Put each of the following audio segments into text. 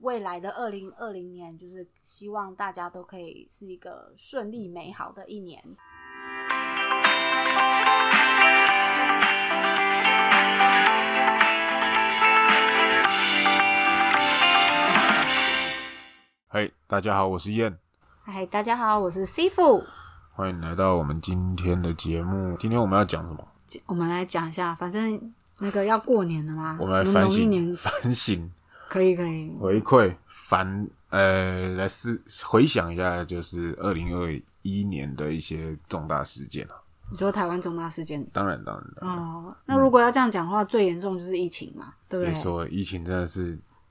未来的二零二零年，就是希望大家都可以是一个顺利美好的一年。嗨，大家好，我是燕，嗨，大家好，我是 C 傅，欢迎来到我们今天的节目。今天我们要讲什么？今我们来讲一下，反正那个要过年了嘛，我们来农反农历省、年反省、可以可以，回馈、反呃，来思回想一下，就是二零二一年的一些重大事件啊。你说台湾重大事件当然，当然，当然哦，那如果要这样讲的话，最严重就是疫情嘛，对不没对？错，疫情真的是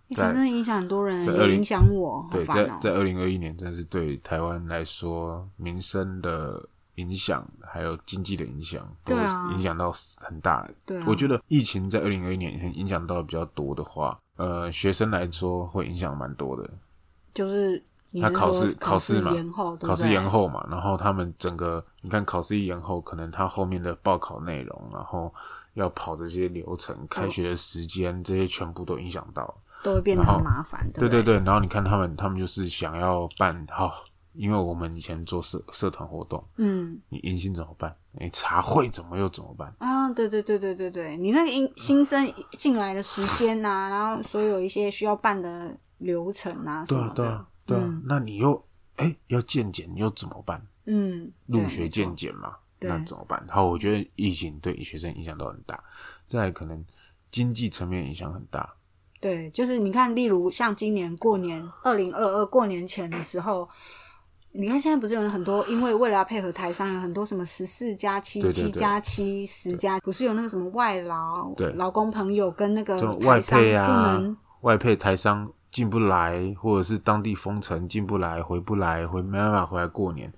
疫情真的影响很多人，在也20影响我，好对，烦在哦。在二零二一年，真的是对台湾来说民生的影响，还有经济的影响，都对啊影响到很大。对啊我觉得疫情在二零二一年影响到比较多的话，呃，学生来说会影响蛮多的。就是你他是考说试考试试嘛延后，对不考试对延后嘛，然后他们整个你看考试一延后，可能他后面的报考内容，然后要跑这些流程、开学的时间，这些全部都影响到。都会变得然后很麻烦，对不对对？对，然后你看他们，他们就是想要办好，因为我们以前做社社团活动，嗯你迎新怎么办？你茶会怎么又怎么办？啊，对对对对对对，你那个新新生进来的时间呐、然后所有一些需要办的流程啊什对么啊的，对啊对啊，那你又哎要健检又怎么办？嗯，对入学健检嘛，对那怎么办？好，我觉得疫情对学生影响都很大，再来可能经济层面影响很大。对，就是你看，例如像今年过年，二零二二过年前的时候，你看现在不是有很多，因为为了要配合台商，有很多什么十四加七、对对七对加七、十加，不是有那个什么外劳对、劳工朋友跟那个这种台外商不配啊能，外配台商进不来，或者是当地封城进不来，回不来，回没办法回来过年，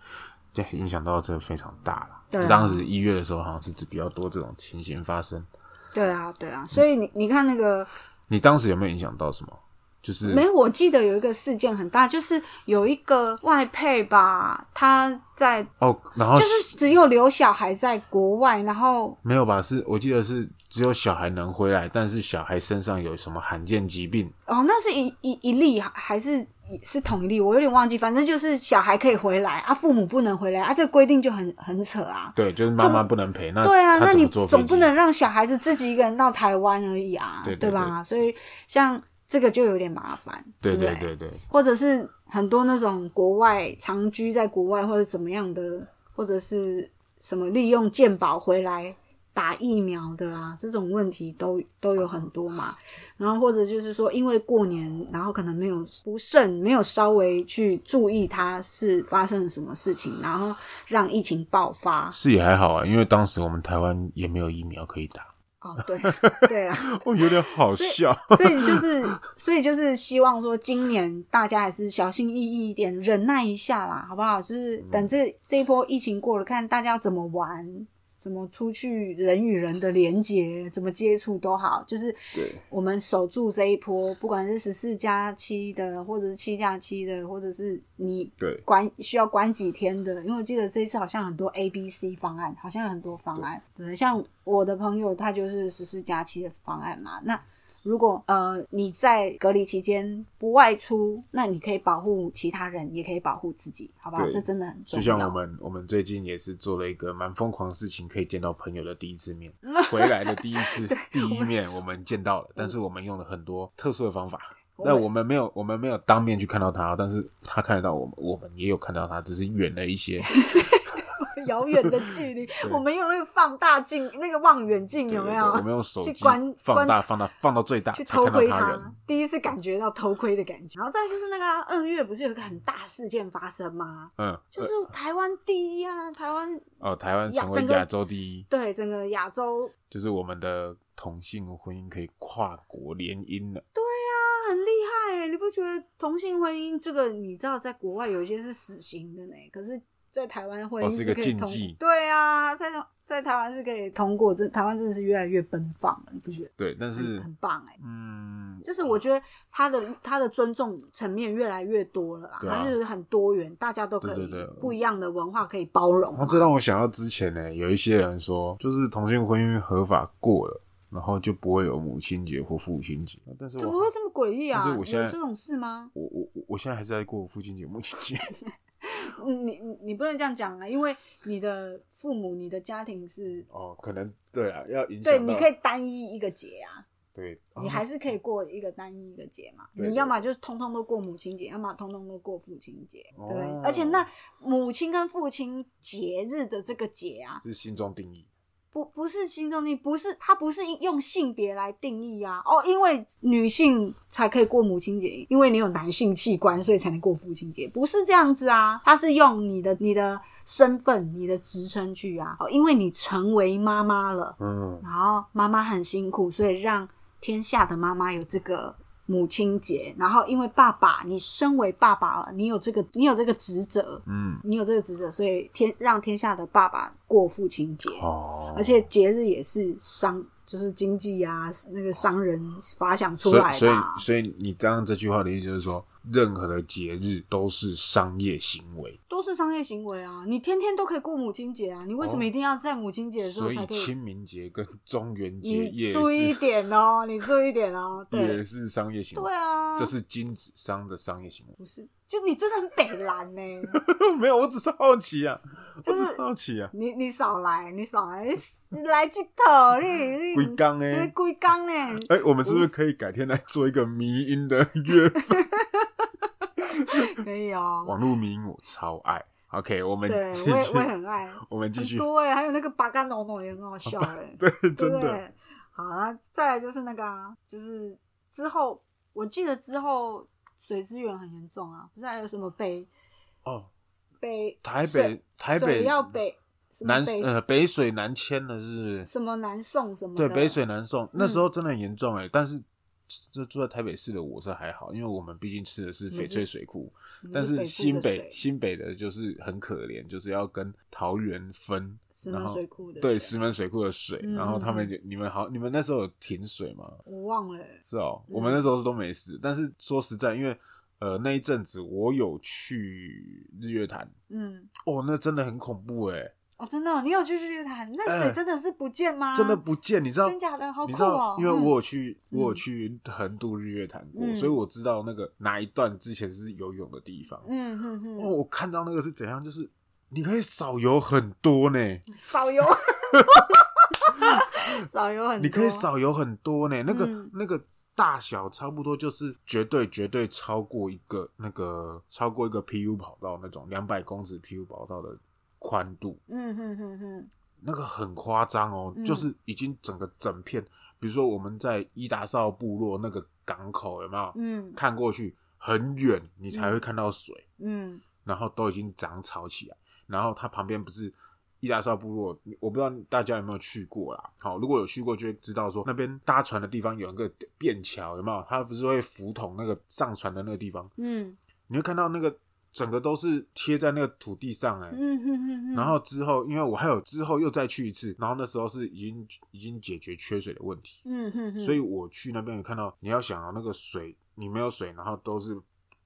对，影响到这非常大了。对啊就当时一月的时候，好像是比较多这种情形发生。对啊，对啊，所以你你看那个。你当时有没有影响到什么？就是没有，我记得有一个事件很大，就是有一个外配吧，他在哦，然后就是只有留小孩在国外，然后没有吧？是我记得是只有小孩能回来，但是小孩身上有什么罕见疾病，哦，那是一一一例还是是同一例？我有点忘记，反正就是小孩可以回来啊，父母不能回来啊，这个规定就很很扯啊。对，就是妈妈不能陪。那对啊，他那怎你么坐飞总机？不能让小孩子自己一个人到台湾而已啊，对对吧？所以像这个就有点麻烦，对不对对对对，或者是很多那种国外长居在国外或者怎么样的，或者是什么利用健保回来打疫苗的啊，这种问题都都有很多嘛。然后或者就是说，因为过年，然后可能没有不慎，没有稍微去注意它是发生了什么事情，然后让疫情爆发。是也还好啊，因为当时我们台湾也没有疫苗可以打。哦，对对啊。我哦有点好笑。所以就是，所以就是希望说，今年大家还是小心翼翼一点，忍耐一下啦，好不好？就是等嗯这这一波疫情过了，看大家怎么玩，怎么出去人与人的连接，怎么接触都好，就是对我们守住这一波，不管是十四加七的，或者是七加七的，或者是你对关需要关几天的，因为我记得这一次好像很多 A、B、C 方案，好像有很多方案。对，像我的朋友他就是十四加七的方案嘛。那如果呃你在隔离期间不外出，那你可以保护其他人，也可以保护自己，好不好？对这真的很重 就要。像我们，我们最近也是做了一个蛮疯狂的事情，可以见到朋友的第一次 面，回来的第一次第一面我们见到了，但是我们用了很多特殊的方法。我们那我们没有，我们没有当面去看到他，但是他看得到我们，我们也有看到他，只是远了一些。 遥远的距 离，我们用那个放大镜、那个望远镜，对 有没对有？对我们用手机去观放观大、放大、放到最大，去才偷看到窥他人。第一次感觉到偷窥的感觉。然后再来就是那个啊二、月不是有一个很大事件发生吗？嗯，就是台湾第一啊，台湾哦，台湾成亚为整个亚洲第一，对整个亚洲就是我们的同性婚姻可以跨国联姻了。他很厉害欸，你不觉得同性婚姻这个你知道在国外有一些是死刑的呢？可是，在台湾婚哦姻是个可以禁通，忌对啊，在在台湾是可以通过，这台湾真的是越来越奔放了，你不觉得？对，但很是很棒哎、嗯，就是我觉得他的他的尊重层面越来越多了啦，对啊他就是很多元，大家都可以对哦对对不一样的文化可以包容然后嘛。这让我想到之前呢、有一些人说，就是同性婚姻合法过了，然后就不会有母亲节或父亲节。但是怎么我会这么诡异啊？但是我有现在这种事吗？我我我我现在还是在过父亲节、母亲节。 嗯你你你不能这样讲啊，因为你的父母、你的家庭是，哦，可能对啊，要影响对，到你可以单一一个节啊，对，你哦还是可以过一个单一一个节嘛。对对你要么就是通通都过母亲节，要么通通都过父亲节，对不对。哦而且那母亲跟父亲节日的这个节啊，是心中定义。不不是心中定，不是它不是用性别来定义啊。哦，因为女性才可以过母亲节，因为你有男性器官，所以才能过父亲节，不是这样子啊。它是用你的你的身份、你的职称去啊。哦，因为你成为妈妈了，嗯，然后妈妈很辛苦，所以让天下的妈妈有这个。母亲节，然后因为爸爸，你身为爸爸了，你有这个，你有这个职责，嗯，你有这个职责，所以天让天下的爸爸过父亲节。哦，而且节日也是商，就是经济啊，那个商人发想出所以来所的、以啊。所以你刚刚这句话的意思就是说，任何的节日都是商业行为，都是商业行为啊！你天天都可以过母亲节啊，你为什么一定要在母亲节的时候哦所才以可以？清明节跟中元节你也注意一是点哦，你注意一点哦。 也对是商业行为对，啊，这是金子商的商业行为。不是就你真的很北蓝呢、 没有，我只是好奇啊，就是我只是好奇啊，你你少来，你少来，你来这套，你你龟缸你哎。龟缸呢？哎、我们是不是可以改天来做一个迷音的乐可以哦。 网络迷音我超爱。OK，我们对，继我也续我，也很爱。我们继很续，多哎、还有那个八嘎农农也很好笑哎、 对，对 真不的，对？好啊，再来就是那个啊，就是之后我记得之后水资源很严重啊，不是还有什么北哦，北台水北台北水要北什么南北、呃北水南迁了，是不是？什么南宋什么对，的嗯北水南送那时候真的很严重哎、但是就住在台北市的我是还好，因为我们毕竟吃的是翡翠水库，你但是是新北部的北水新北的就是很可怜，就是要跟桃园分，石然门后水库的对水石门水库的水，嗯然后他们你们好，你们那时候有停水吗？我忘了欸是哦，嗯我们那时候是都没事，但是说实在，因为呃那一阵子我有去日月潭，嗯哦，那真的很恐怖哎、哦真的哦、你有去日月潭那水哎真的是不见吗？真的不见，你知道？啊真假的好你酷知道哦，，因为嗯我有去，嗯我有去横渡日月潭过，嗯所以我知道那个哪一段之前是游泳的地方。嗯哼哼哦，我看到那个是怎样，就是你可以少游很多呢，少 游，少游很多，你可以少游很多呢。那个、嗯那个大小差不多就是绝对绝对超过一个那个超过一个 PU 跑道那种两百公尺 PU 跑道的宽度，嗯哼哼哼，那个很夸张哦，嗯就是已经整个整片，比如说我们在伊达邵部落那个港口有没有？嗯看过去很远，你才会看到水，嗯然后都已经长草起来，然后它旁边不是伊达邵部落，我不知道大家有没有去过啦。好，如果有去过就会知道说那边搭船的地方有一个便桥，有没有？它不是会浮筒那个上船的那个地方，嗯你会看到那个整个都是贴在那个土地上、欸，哎、嗯哼哼哼，然后之后，因为我还有之后又再去一次，然后那时候是已经已经解决缺水的问题，嗯哼哼，所以我去那边有看到，你要想啊，那个水你没有水，然后都是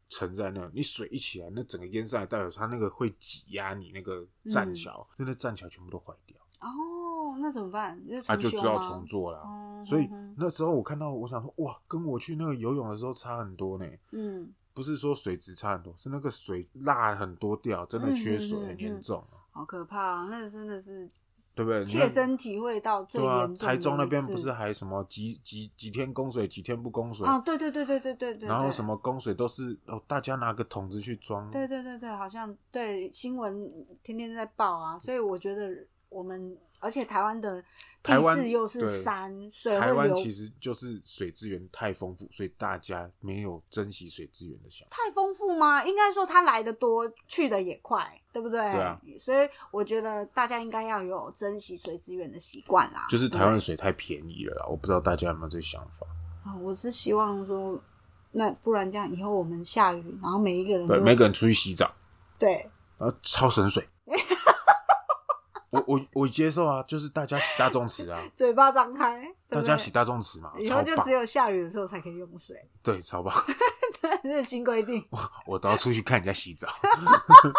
沉在那，你水一起来，那整个淹上来，代表它那个会挤压你那个嗯栈桥，那那栈桥全部都坏掉，哦，那怎么办？就啊，就重知修道吗重做啦。哦所以哼哼那时候我看到，我想说，哇，跟我去那个游泳的时候差很多呢。嗯，不是说水质差很多，是那个水落很多掉，真的缺水嗯嗯嗯很严重啊，好可怕啊！那真的是对不对？你切看身体会到最对严啊重的一，次。台中那边不是还什么几几几天供水，几天不供水，哦，对对对对对对对，然后对什？么供水都是哦，大家拿个桶子去装。对对对对，好像对新闻天天在报啊，所以我觉得我们而且台湾的台地湾势又是对山，水台会湾流其实就是水资源太丰富，所以大家没有珍惜水资源的想法。太丰富吗？应该说它来的多，去的也快，对不对？对啊所以我觉得大家应该要有珍惜水资源的习惯啦。就是台湾的水太便宜了啦，我不知道大家有没有这想法。啊，我是希望说，那不然这样以后我们下雨，然后每一个人对，都每个人出去洗澡，对然后超 省水。我我我接受啊，就是大家洗大众池啊，嘴巴张 开，对大不家对洗大众池嘛，以超后就棒只，有下雨的时候才可以用水。 对，超棒。这是新规定。我都要出去看人家洗澡。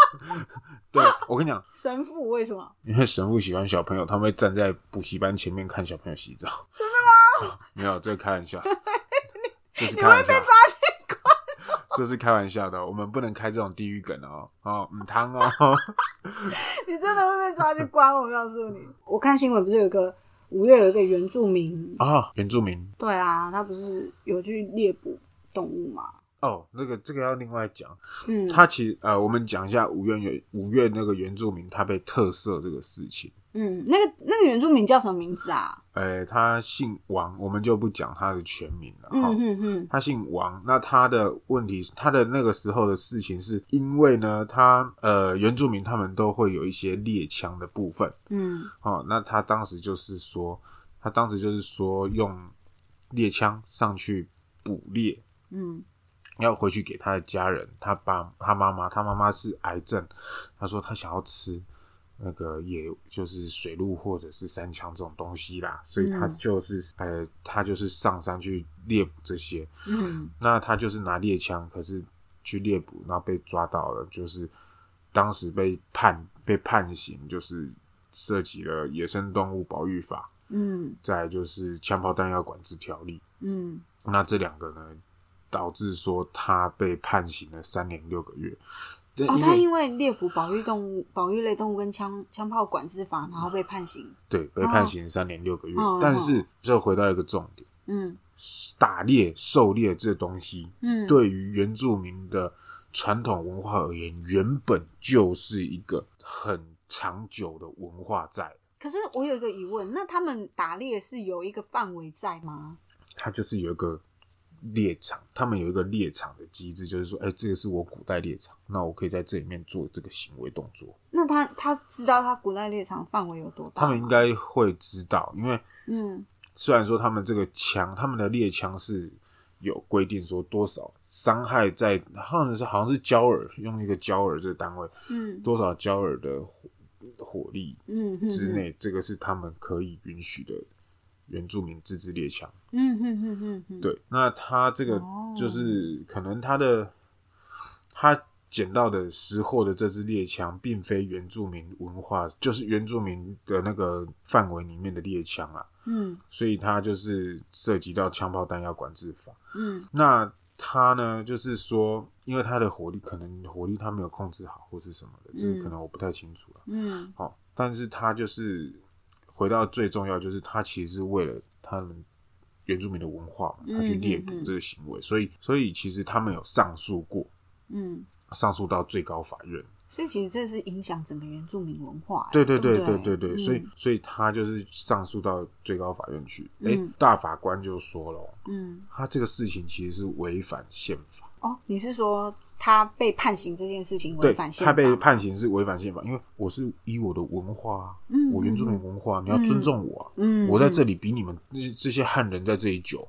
对，我跟你讲，神父为什么？因为神父喜欢小朋友，他们会站在补习班前面看小朋友洗澡。真的吗？没有，这是开 玩笑，这是你开会玩被笑，抓去关？这是开玩笑的哦，我们不能开这种地狱梗哦，哦，嗯，汤哦， 你真的会被抓去关？我告诉你，我看新闻不是有一个五月有一个原住民，啊，原住民对啊，他不是有去猎捕动物嘛？哦，那个这个要另外讲。嗯，他其实呃，我们讲一下五月原五月那个原住民他被特赦这个事情。嗯，那个那个原住民叫什么名字啊？呃，他姓王，我们就不讲他的全名了哈。嗯哼哼，他姓王，那他的问题是，他的那个时候的事情是因为呢，他呃原住民他们都会有一些猎枪的部分，嗯哦，那他当时就是说，他当时就是说用猎枪上去捕猎，嗯要回去给他的家人，他爸、他妈妈，他妈妈是癌症，他说他想要吃那个野，就是水鹿或者是山羌这种东西啦，所以他嗯就是、呃，他就是上山去猎捕这些。嗯那他就是拿猎枪，可是去猎捕，然后被抓到了，就是当时被判被判刑，就是涉及了野生动物保育法，嗯再来就是枪炮弹药管制条例。嗯那这两个呢，导致说他被判刑了三年六个月。这哦，因他为因为猎捕保育动物、保育类动物跟枪枪炮管制法，然后被判刑。对被判刑三年六个月，哦但是这回到一个重点，嗯打猎、狩猎这东西，嗯，，对于原住民的传统文化而言，原本就是一个很长久的文化在，可是我有一个疑问，那他们打猎是有一个范围在吗？它就是有一个猎场，他们有一个猎场的机制，就是说，哎、这个是我古代猎场，那我可以在这里面做这个行为动作。那他他知道他古代猎场范围有多大？他们应，该会知道，因为嗯虽然说他们这个枪，他们的猎枪是有规定说多少伤害在，好像是好像是焦耳，用一个焦耳这个单位，嗯多少焦耳的火火力嗯哼之，内，这个是他们可以允许的原住民自制猎枪。嗯哼哼哼哼，对，那他这个哦就是可能他的他捡到的拾获的这支猎枪，并非原住民文化，就是原住民的那个范围里面的猎枪啊，嗯所以它就是涉及到枪炮弹药管制法。嗯那他呢，就是说，因为他的火力可能火力他没有控制好，或是什么的，这个可能我不太清楚了。嗯好、但是他就是回到最重要，就是他其实是为了他们原住民的文化嘛，他去嗯嗯猎捕嗯这个行为，所以所以其实他们有上诉过，嗯，上诉到最高法院。所以其实这是影响整个原住民文化、欸对对对对不对对对，嗯所以所以他就是上诉到最高法院去。诶，嗯大法官就说了哦，嗯他这个事情其实是违反宪法。哦，你是说他被判刑这件事情违对，反宪他法？被判刑是违反宪法，因为我是以我的文化啊，嗯我原住民文化，你要尊重我、啊。嗯我在这里比你们这这些汉人在这里久，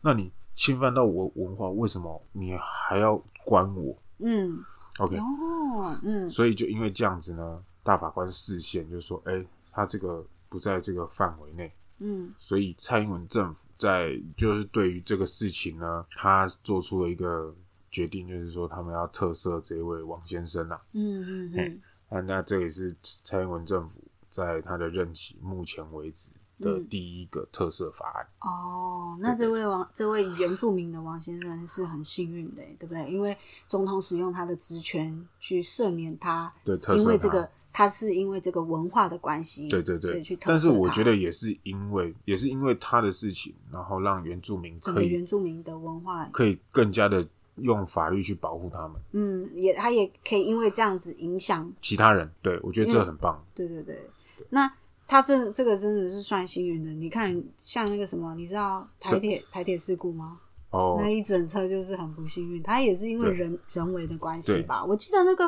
那你侵犯到我文化，为什么你还要管我嗯？OK，哦嗯所以就因为这样子呢，大法官视线就说，哎、他这个不在这个范围内，嗯所以蔡英文政府在就是对于这个事情呢，他做出了一个决定，就是说他们要特赦这一位王先生啊。嗯嗯嗯那那这也是蔡英文政府在他的任期目前为止的嗯第一个特色法案。哦，那对对这位王这位原住民的王先生是很幸运的欸，对不对？因为总统使用他的职权去赦免他，对特赦因为他这个他是因为这个文化的关系，对对所以对去，特但是赦我他觉得也是因为也是因为他的事情，然后让原住民整可个以原住民的文化，可以更加的用法律去保护他们嗯，也他也可以因为这样子影响其他人。对我觉嗯得这很棒。对对对，那他这这个真的是算幸运的。你看，像那个什么，你知道台铁台铁事故吗？哦那，一整车就是很不幸运，他也是因为对人人为的关系对吧。我记得那个，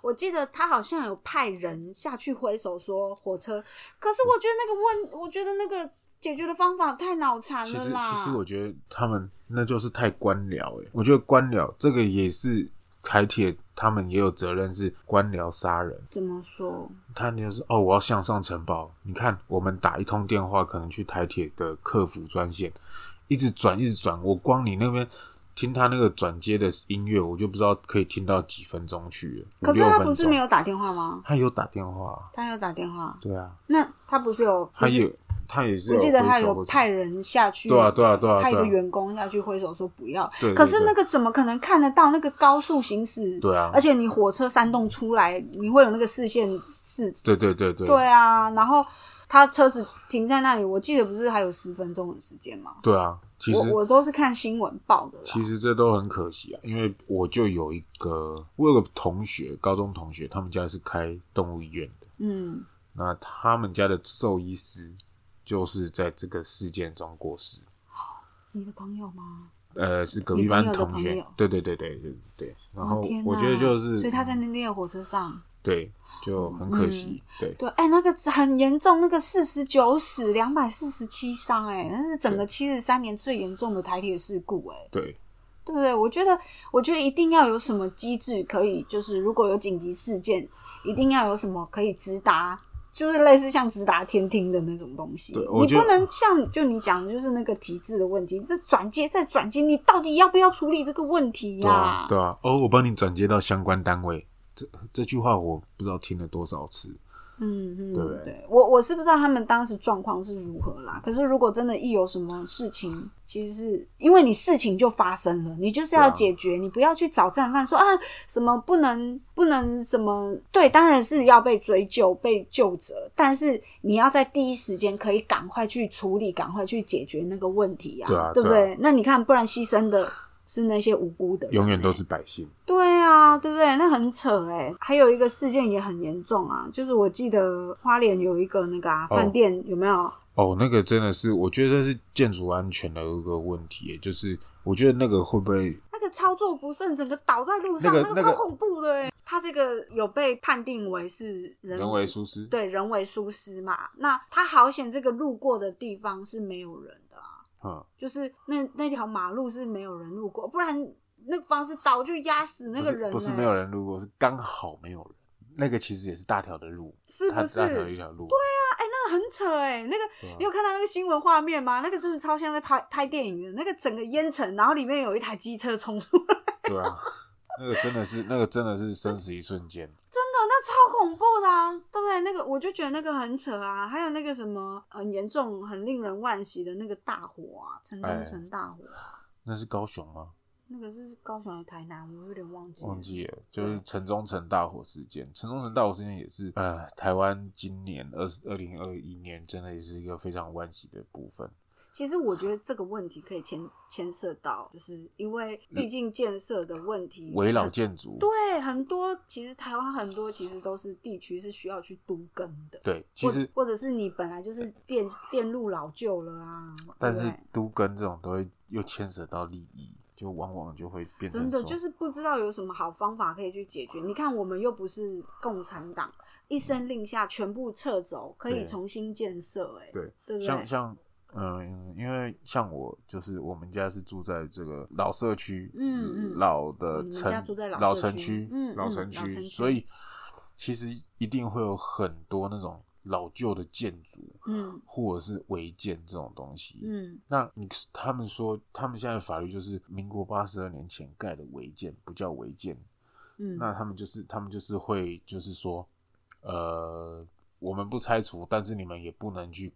我记得他好像有派人下去挥手说火车，可是我觉得那个问，我觉得那个解决的方法太脑残其了实啦。其实我觉得他们那就是太官僚诶、我觉得官僚这个也是台铁他们也有责任，是官僚杀人。怎么说？他就是哦，我要向上承包。你看，我们打一通电话，可能去台铁的客服专线，一直转，一直转。我光你那边听他那个转接的音乐，我就不知道可以听到几分钟去了。可是五六他分不是没钟，有打电话吗？他有打电话，他有打电话，对啊，那他不是有？他也他也是我有记得他挥手有挥手派人下去，对啊对啊对啊派一对个啊员工下去挥手说不要。对对可是对那个怎么可能看得到？那个高速行驶，对啊而且你火车山洞出来，你会有那个视线视，对对对对对啊。然后他车子停在那里，我记得不是还有十分钟的时间吗？对啊，其我实我都是看新闻报的其啦。实这都很可惜啊，因为我就有一个，我有个同学，高中同学，他们家是开动物医院的，嗯，那他们家的兽医师就是在这个事件中过世，你的朋友吗？呃，是隔壁班你朋友的同学朋友，对对对对对对，然后哦天哪我觉得就是，所以他在那列火车上，对就很可惜，对对，哎、那个很严重，那个四十九死，两百四十七伤，哎，那是整个七十三年最严重的台铁事故、哎，对对不对？我觉得，我觉得一定要有什么机制可以，就是如果有紧急事件，一定要有什么可以直达，就是类似像直达天听的那种东西。对你我觉得不能像就你讲的就是那个体制的问题，这转接再转接，你到底要不要处理这个问题对呀、啊对啊，哦，我帮你转接到相关单位，这这句话我不知道听了多少次，嗯对不嗯，对对我我是不知道他们当时状况是如何啦。可是如果真的，一有什么事情，其实是因为你事情就发生了，你就是要对啊解决，你不要去找战犯说啊什么不能不能什么。对，当然是要被追究、被救责，但是你要在第一时间可以赶快去处理，赶快去解决那个问题啊，对啊不对啊对？那你看，不然牺牲的是那些无辜的人永远都是百姓，对啊，对不对？那很扯哎、还有一个事件也很严重啊，就是我记得花莲有一个那个啊哦饭店、有没有？哦，那个真的是，我觉得是建筑安全的一个问题，就是我觉得那个会不会那个操作不慎，整个倒在路上，那那个个那个超恐怖的哎、他这个有被判定为是人人为疏失？，对人为疏失嘛？那他好险，这个路过的地方是没有人的啊，嗯，就是那那条马路是没有人路过，不然那个房子倒就压死那不个是人、欸不是没有，人路过，是刚好没有人。那个其实也是大条的路，是它不是大条是一？条路。对那很扯哎、那个啊你有看到那个新闻画面吗？那个真的超像在拍拍电影的，那个整个烟尘，然后里面有一台机车冲出 来，哦对啊，那个真的是那个真的是生死一瞬间。那超恐怖的、啊，对不对？那个我就觉得那个很扯啊，还有那个什么很严重、很令人惋惜的那个大火啊，城中城大火，哎那是高雄吗？那个是高雄还是台南，我有点忘记了。忘记了，就是城中城大火事件。城中城大火事件也是呃，台湾今年二二零二一年真的也是一个非常惋惜的部分。其实我觉得这个问题可以牵牵涉到，就是因为毕竟建设的问题，围绕建筑，嗯对很多，其实台湾很多其实都是地区是需要去都更的。对，其实或或者是你本来就是电电路老旧了啊，但对是不对都跟这种都会又牵扯到利益，就往往就会变成真的说就是不知道有什么好方法可以去解决。你看，我们又不是共产党，一声令下全部撤走，可以对重新建设、哎，对，对不对像？像嗯，因为像我就是我们家是住在这个老社区，嗯嗯老哦的你们城、家住在老社城区区，嗯老嗯城老城区所以其实一定会有很多那种老旧的建筑嗯或者是违建这种东西，嗯，那你他们说，他们现在的法律就是民国八十二年前盖的违建，不叫违建。嗯那他们就是他们就是会就是说，呃，我们不拆除，但是你们也不能去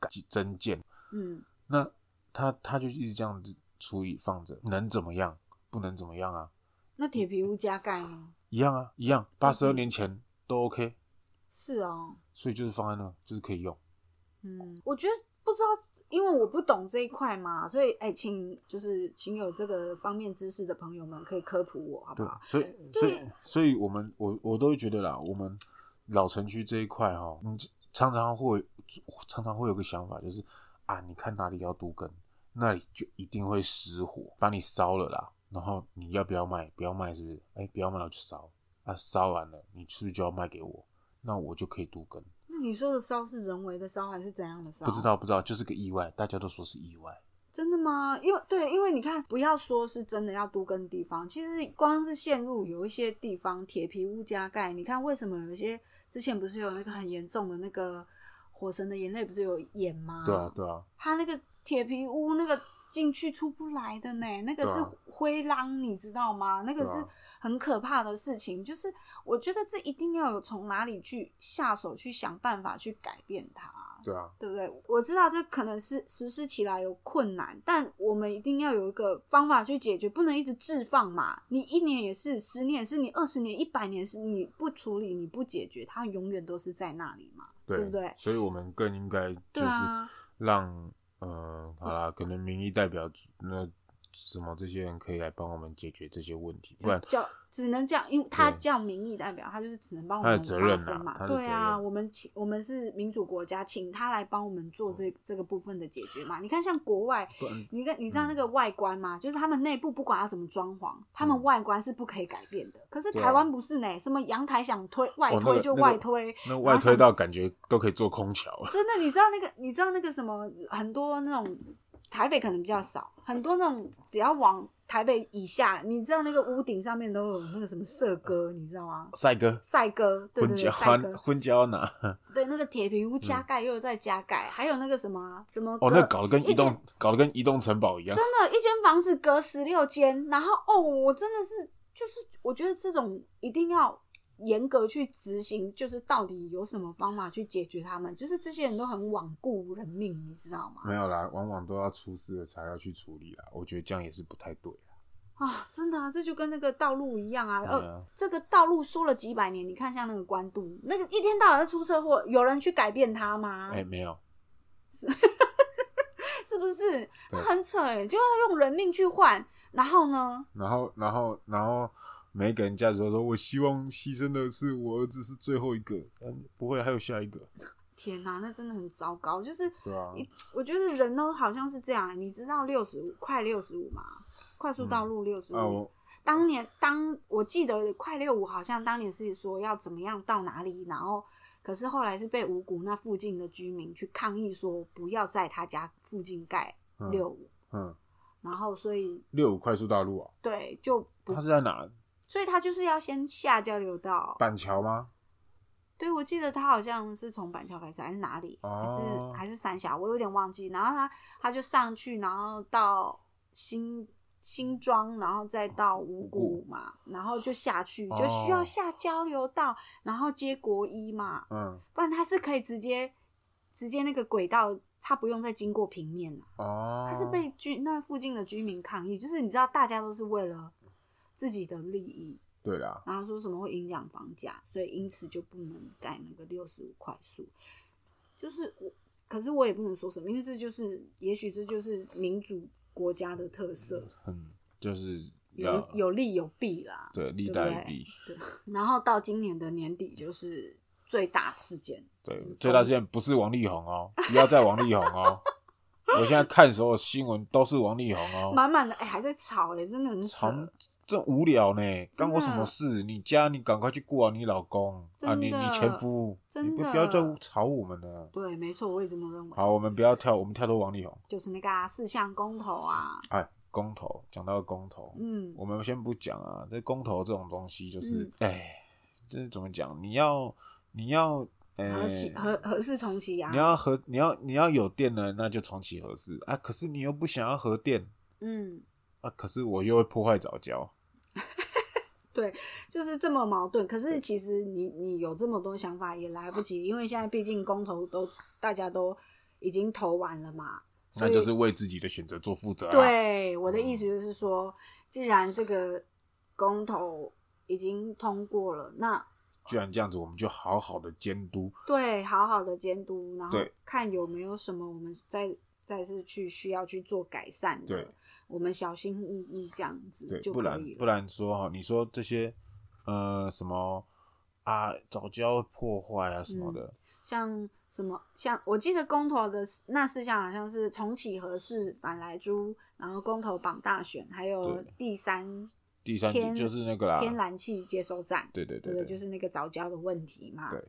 改增建。嗯，那他他就一直这样子处理放着，能怎么样？不能怎么样啊？那铁皮屋加盖呢？一样啊，一样。八十二年前都 OK，是哦，所以就是放在那，就是可以用。嗯，我觉得不知道，因为我不懂这一块嘛，所以哎、请就是请有这个方面知识的朋友们可以科普我好不对好，？所以所以所以我们我我都会觉得啦，我们老城区这一块哈，你常常会常常会有个想法，就是啊，你看哪里要都根，那里就一定会失火，把你烧了啦。然后你要不要卖？不要卖是不是？哎、不要卖我去烧啊，烧完了你是不是就要卖给我？那我就可以都根。那你说的烧是人为的烧还是怎样的烧？不知，道不知道，就是个意外，大家都说是意外。真的吗？因为对，因为你看，不要说是真的要多跟地方，其实光是线路有一些地方铁皮屋加盖，你看为什么有一些之前不是有那个很严重的那个《火神的眼泪》不是有演吗？对啊，对啊，他那个铁皮屋那个进去出不来的呢，那个对啊是灰狼，你知道吗？那个对啊是很可怕的事情。就是我觉得这一定要有从哪里去下手去想办法去改变它。对啊，对不对？我知道这可能是实施起来有困难，但我们一定要有一个方法去解决，不能一直置放嘛。你一年也是，十年也是，你二十年、一百年是，你不处理、你不解决，它永远都是在那里嘛。对不对所以我们更应该就对是啊，让呃，好啦，可能民意代表那什么这些人可以来帮我们解决这些问题，不然叫只能这样，因为他对叫民意代表，他就是只能帮我他的们责任发啊声嘛。他的对责啊，任我们请我们是民主国家，请他来帮我们做嗯这这个部分的解决嘛。你看，像国外，不然你看，你知道那个外观吗？就是他们内部不管要怎么装潢，他们外观是不可以改变的。可是嗯对啊台湾不是呢，什么阳台想推外哦那推个就那个外推，那外推到感觉都可以做空桥了。真的，你知道那个，你知道那个什么，很多那种台北可能比较少，很多那种只要往台北以下，你知道那个屋顶上面都有那个什么色哥，你知道吗？帅哥，赛哥，对婚对胶对，赛哥，婚胶 拿对那个铁皮屋加盖又在加盖，还有那个什么啊什么哦，哥那搞得跟移动搞得跟移动城堡一样，真的，一间房子隔十六间，然后哦，我真的是就是，我觉得这种一定要严格去执行，就是到底有什么方法去解决他们？就是这些人都很罔顾人命，你知道吗？没有啦，往往都要出事了才要去处理啦。我觉得这样也是不太对啦。啊，真的啊，这就跟那个道路一样啊，对呃啊，，这个道路说了几百年，你看像那个关渡，那个一天到晚在出车祸，有人去改变它吗？哎，没有，是不是？对很扯哎、就要用人命去换，然后呢？然后，然后，然后每一个人家属都说：“我希望牺牲的是我儿子是最后一个，嗯，不会还有下一个，天哪、那真的很糟糕，就是对吧、啊？”一我觉得人都好像是这样，你知道六十五快六十五嘛，快速道路六十五。嗯啊我当年当我记得快六五好像当年是说要怎么样到哪里，然后可是后来是被五谷那附近的居民去抗议说不要在他家附近盖嗯六五，嗯，然后所以六五快速大路啊，对就不，它是在哪？所以他就是要先下交流道。板桥吗？对，我记得他好像是从板桥开始，还是哪里，哦还是还是三峡，我有点忘记。然后他他就上去，然后到新新庄，然后再到五五股嘛，然后就下去，哦就需要下交流道，然后接国一嘛，嗯，不然他是可以直接直接那个轨道。他不用再经过平面了，哦，他是被居那附近的居民抗议，就是你知道，大家都是为了自己的利益，对啦，然后说什么会影响房价，所以因此就不能盖那个六十五块数。就是我，可是我也不能说什么，因为这就是，也许这就是民主国家的特色，很就是要有有利有弊啦。对利对不大于对弊，然后到今年的年底就是最大事件，对嗯最大事件不是王力宏哦，不要再王力宏哦， 我现在看所有新闻都是王力宏哦，满满的哎、还在吵哎、真的很长扯。这无聊呢，干我什么的事？你家你赶快去顾好你老公啊，真你你的前夫，你真不的不要再吵我们了。对，没错，我也这么认为。好，我们不要跳，我们跳脱王力宏。就是那个、啊、四项公投啊，哎，公投讲到公投，嗯，我们先不讲啊，这公投这种东西就是嗯，哎、这怎么讲？你要你要，呃合，起合合适重启啊你，要核你要你要有电呢，那就重启核四啊。可是你又不想要核电嗯，啊，可是我又会破坏早教。就是这么矛盾。可是其实你你有这么多想法也来不及，因为现在毕竟公投都大家都已经投完了嘛。所那以就是为自己的选择做负责、啊。，对，我的意思就是说，既然这个公投已经通过了，那既然这样子，我们就好好的监督对好好的监督，然后对看有没有什么我们再再是去需要去做改善的对，我们小心翼翼这样子对，就不可然以不了。然说哈，你说这些呃什么啊，早教破坏啊什嗯么的，像什么像我记得公投的那四项好像是重启核适、反莱猪，然后公投榜大选，还有对第三第三集天就是那个啦，天然气接收站，对对对不对，对？就是那个早教的问题嘛。对。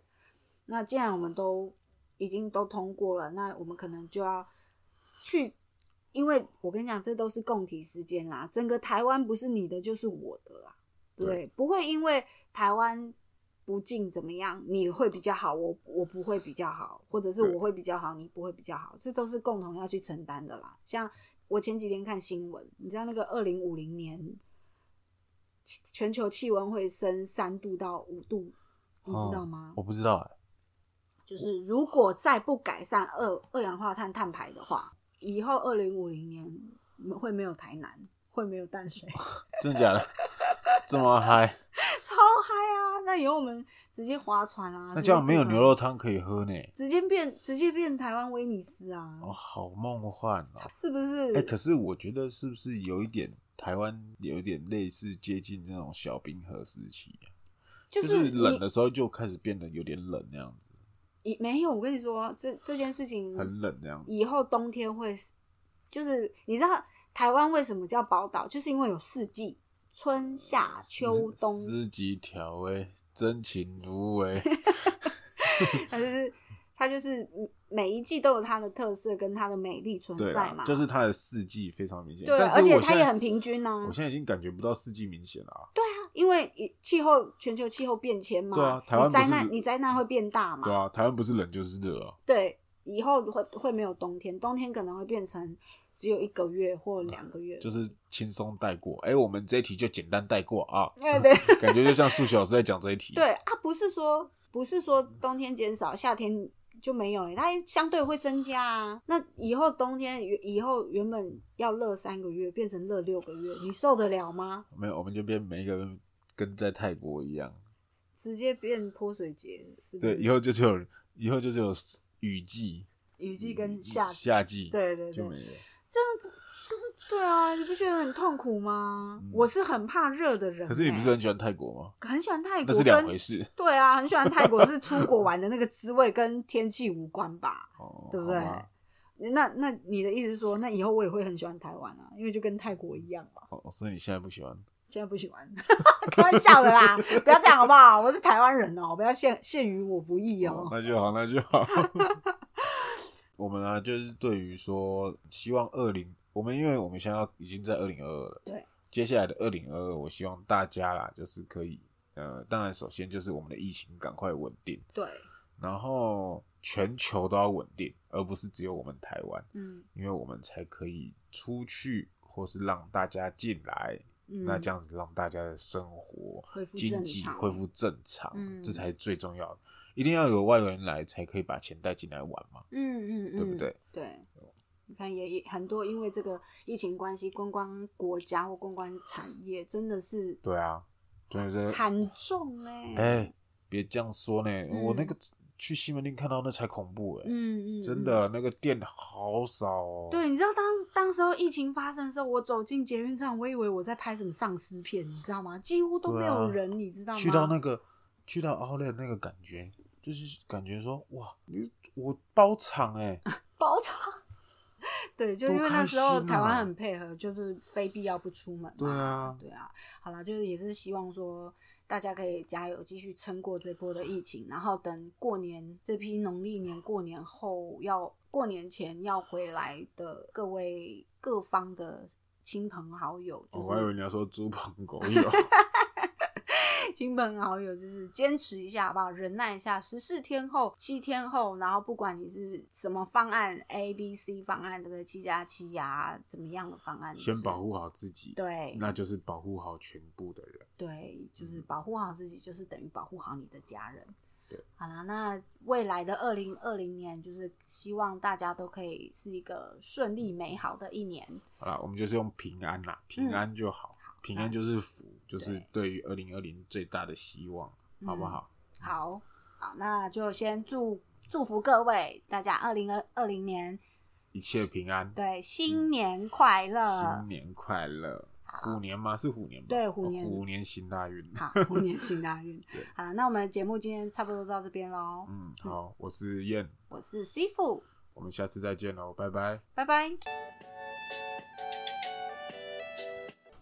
那既然我们都已经都通过了，那我们可能就要去，因为我跟你讲，这都是共体时间啦。整个台湾不是你的就是我的啦，对不对，不会因为台湾不进怎么样，你会比较好，我我不会比较好，或者是对我会比较好，你不会比较好，这都是共同要去承担的啦。像我前几天看新闻，你知道那个二零五零年气全球气温会升三度到五度，你知道吗？我不知道哎、就是如果再不改善二二氧化碳碳排的话，以后二零五零年会没有台南，会没有淡水，真的假 的？这么啊嗨？超嗨啊！那以后我们直接划船啊，嗯那直接这样没有变牛成肉汤可以喝呢？直接变直接变台湾威尼斯啊，哦，好梦幻哦！是不是？哎、可是我觉得是不是有一点台湾有一点类似接近那种小冰河时期啊、就就是你冷的时候就开始变得有点冷那样子，以没有，我跟你说，这这件事情很冷那样子。以后冬天会是，就是你知道台湾为什么叫宝岛，就是因为有四季，春夏秋冬，四季调味，哎真情 无为。它就是它就是每一季都有它的特色跟它的美丽存对在啊嘛，，就是它的四季非常明显，对但而是且我它现在也很平均啊我现在已经感觉不到四季明显了啊，因为以气候全球气候变迁嘛，对啊台湾你灾不难是你灾难会变大嘛，对啊，台湾不是冷就是热啊，对，以后会会没有冬天，冬天可能会变成只有一个月或两个月，就是轻松带过。哎、我们这一题就简单带过 啊，对对。感觉就像数学老师在讲这一题。 对啊，不是说不是说冬天减少，夏天就没有、欸，它相对会增加啊。那以后冬天以后原本要热三个月，变成热六个月，你受得了吗？没有，我们就变每一个人跟在泰国一样。直接变泼水节，是不对，是？以后就只有以后就只有雨季、雨季跟夏季，夏季，对对嗯就对，没了。就是对啊，你不觉得很痛苦吗？我是很怕热的人欸、嗯可是你不是很喜欢泰国吗？很喜欢泰那国是跟，两回事对啊，很喜欢泰国，是出国玩的那个滋味跟天气无关吧？哦，对不对好吧？那那你的意思是说，那以后我也会很喜欢台湾啊，因为就跟泰国一样嘛。哦，所以你现在不喜欢？现在不喜欢， 开玩笑的啦，不要这样好不好？我是台湾人哦，不要陷陷于我不义哦哦。那就好，那就好。我们啊，就是对于说，希望二零，我们因为我们现在要已经在二零二二了，对，接下来的二零二二，我希望大家啦，就是可以，呃，当然首先就是我们的疫情赶快稳定，对，然后全球都要稳定，而不是只有我们台湾，嗯因为我们才可以出去，或是让大家进来，嗯，那这样子让大家的生活恢复经正济常，恢复正常，嗯这才是最重要的。一定要有外人来，才可以把钱带进来玩嘛，嗯嗯嗯，对不？对？对，你看也也很多，因为这个疫情关系，观光国家或观光产业真的是对啊，真的是，惨重哎、哎，别这样说呢，嗯我那个去西门町看到那才恐怖哎、嗯嗯，真嗯的那个店好少哦。对，你知道当当时候疫情发生的时候，我走进捷运站，我以为我在拍什么丧尸片，你知道吗？几乎都没对有啊人，你知道吗？去到那个去到奥莱那个感觉，就是感觉说哇，你我包场哎、啊包场。 对，就多因为那开时候心台啊湾很配合，就是非必要不出门嘛。对啊对啊。好啦，就是也是希望说大家可以加油，继续撑过这波的疫情，然后等过年这批农历年过年后要过年前要回来的各位各方的亲朋好友，就哦是我还以为你要说猪朋 狗友，亲朋好友就是坚持一下好不好？忍耐一下，十四天后、七天后，然后不管你是什么方案，A、B、C 方案，对不对？七加七呀，怎么样的方案？先保。护好自己，对那就是保护好全部的人。对，就是保护好自己，就是等于保护好你的家人对。好啦，那未来的二零二零年，就是希望大家都可以是一个顺利美好的一年。好啦，我们就是用平安嗯啦，平安就好，平安就是福，就是对于二零二零最大的希望，好不嗯好？好，好，那就先祝祝福各位大家二零二二零年一切平安，对新年快乐，嗯新年快乐！虎年吗？是虎年吧？对虎哦年虎年行大运。 好，虎年行大 运。好，那我们节目今天差不多到这边喽。嗯，好，我是燕，我是 C 傅，我们下次再见喽，拜拜。拜拜。